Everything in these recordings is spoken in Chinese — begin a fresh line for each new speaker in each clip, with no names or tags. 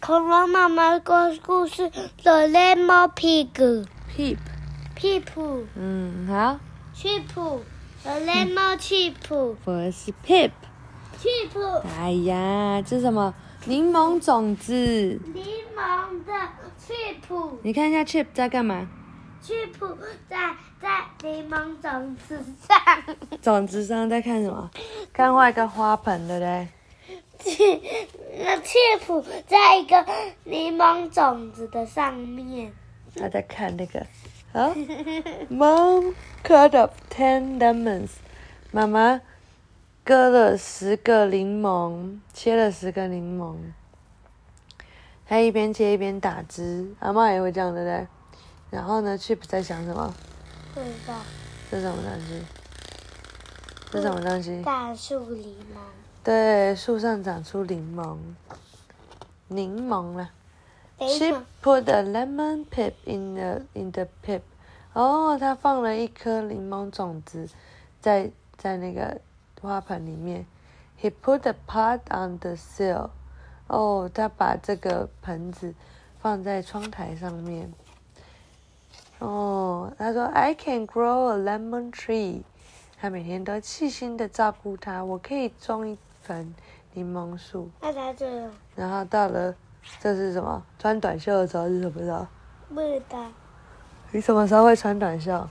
恐龙妈妈的故事《The Lemon Pig》
，peep，
，Pip
嗯，好，
Chip The Lemon Chip
我是 pip。
Chip
哎呀，这是什么？柠檬种子。
柠檬的 Chip
你看一下 Chip 在干嘛？
Chip 在在柠檬种子 上，
种子上在看什么？看画一个花盆，对不对？
那 Chip 在一个柠檬种子的上面。
他在看那个。好，Mom cut up ten lemons。妈妈割了十个柠檬，切了十个柠檬。他一边切一边打汁，阿妈也会这样，对不对？然后呢，Chip 在想什么？
不知道
这是什么东西？这是什么东西？
大树柠檬，
对，树上长出柠檬，柠檬啦。
等一
She
下，
put a lemon pip in the in the pip。哦，她放了一颗柠檬种子在在那个花盆里面。He put the pot on the sill。哦，他把这个盆子放在窗台上面。哦，他说 I can grow a lemon tree。他每天都细心的照顾它，我可以种一盆柠檬树。
那它就有
然后到了，这是什么？穿短袖的时候是什么时候？
味道。
你什么时候会穿短袖？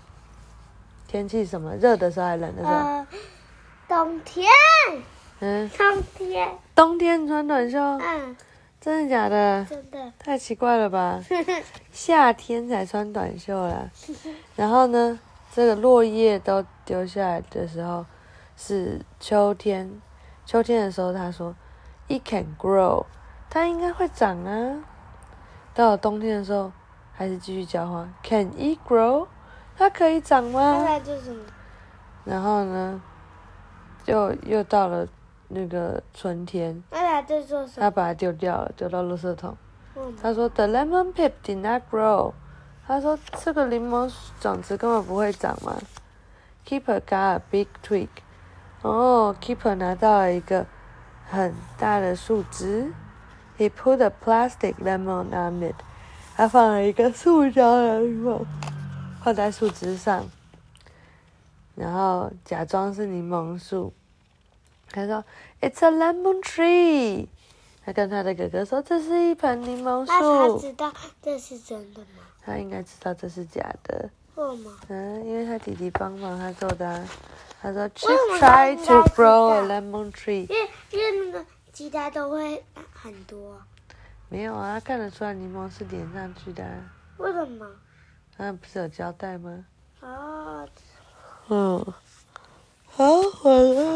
天气什么？热的时候还冷的时候？
呃，冬天，
嗯，
冬天，
冬天穿短袖，
嗯，
真的假的？
真的，
太奇怪了吧！夏天才穿短袖啦。然后呢，这个落叶都丢下来的时候是秋天。秋天的时候，他说，It can grow，它应该会长啊。到了冬天的时候，还是继续交换，Can it grow？它可以长
那
吗？
它就是什么？
然后呢，又又到了那个春天，
那它在做什
他
么？
把它丢掉了，丢到垃圾桶。
嗯
他说 The lemon pip did not grow。他说这个柠檬种子根本不会长嘛。Keeper got a big twig。哦，Keeper 拿到了一个很大的树枝。He put a plastic lemon on it。他放了一个塑胶的柠檬，放在树枝上，然后假装是柠檬树。他说：“It's a lemon tree。”他跟他的哥哥说：“这是一盆柠檬树。”
那它知道这是真的吗？
他应该知道这是假的，
为什么？
嗯，因为他弟弟帮忙他做的、啊。他说
么
，Chip
他
tried
应该知道
to grow a lemon
因
tree。
为因为那个鸡蛋都会很多，
没有啊，看得出来柠檬是连上去的、啊。
为什么？
那不是有胶带吗？
哦，
嗯，好，我来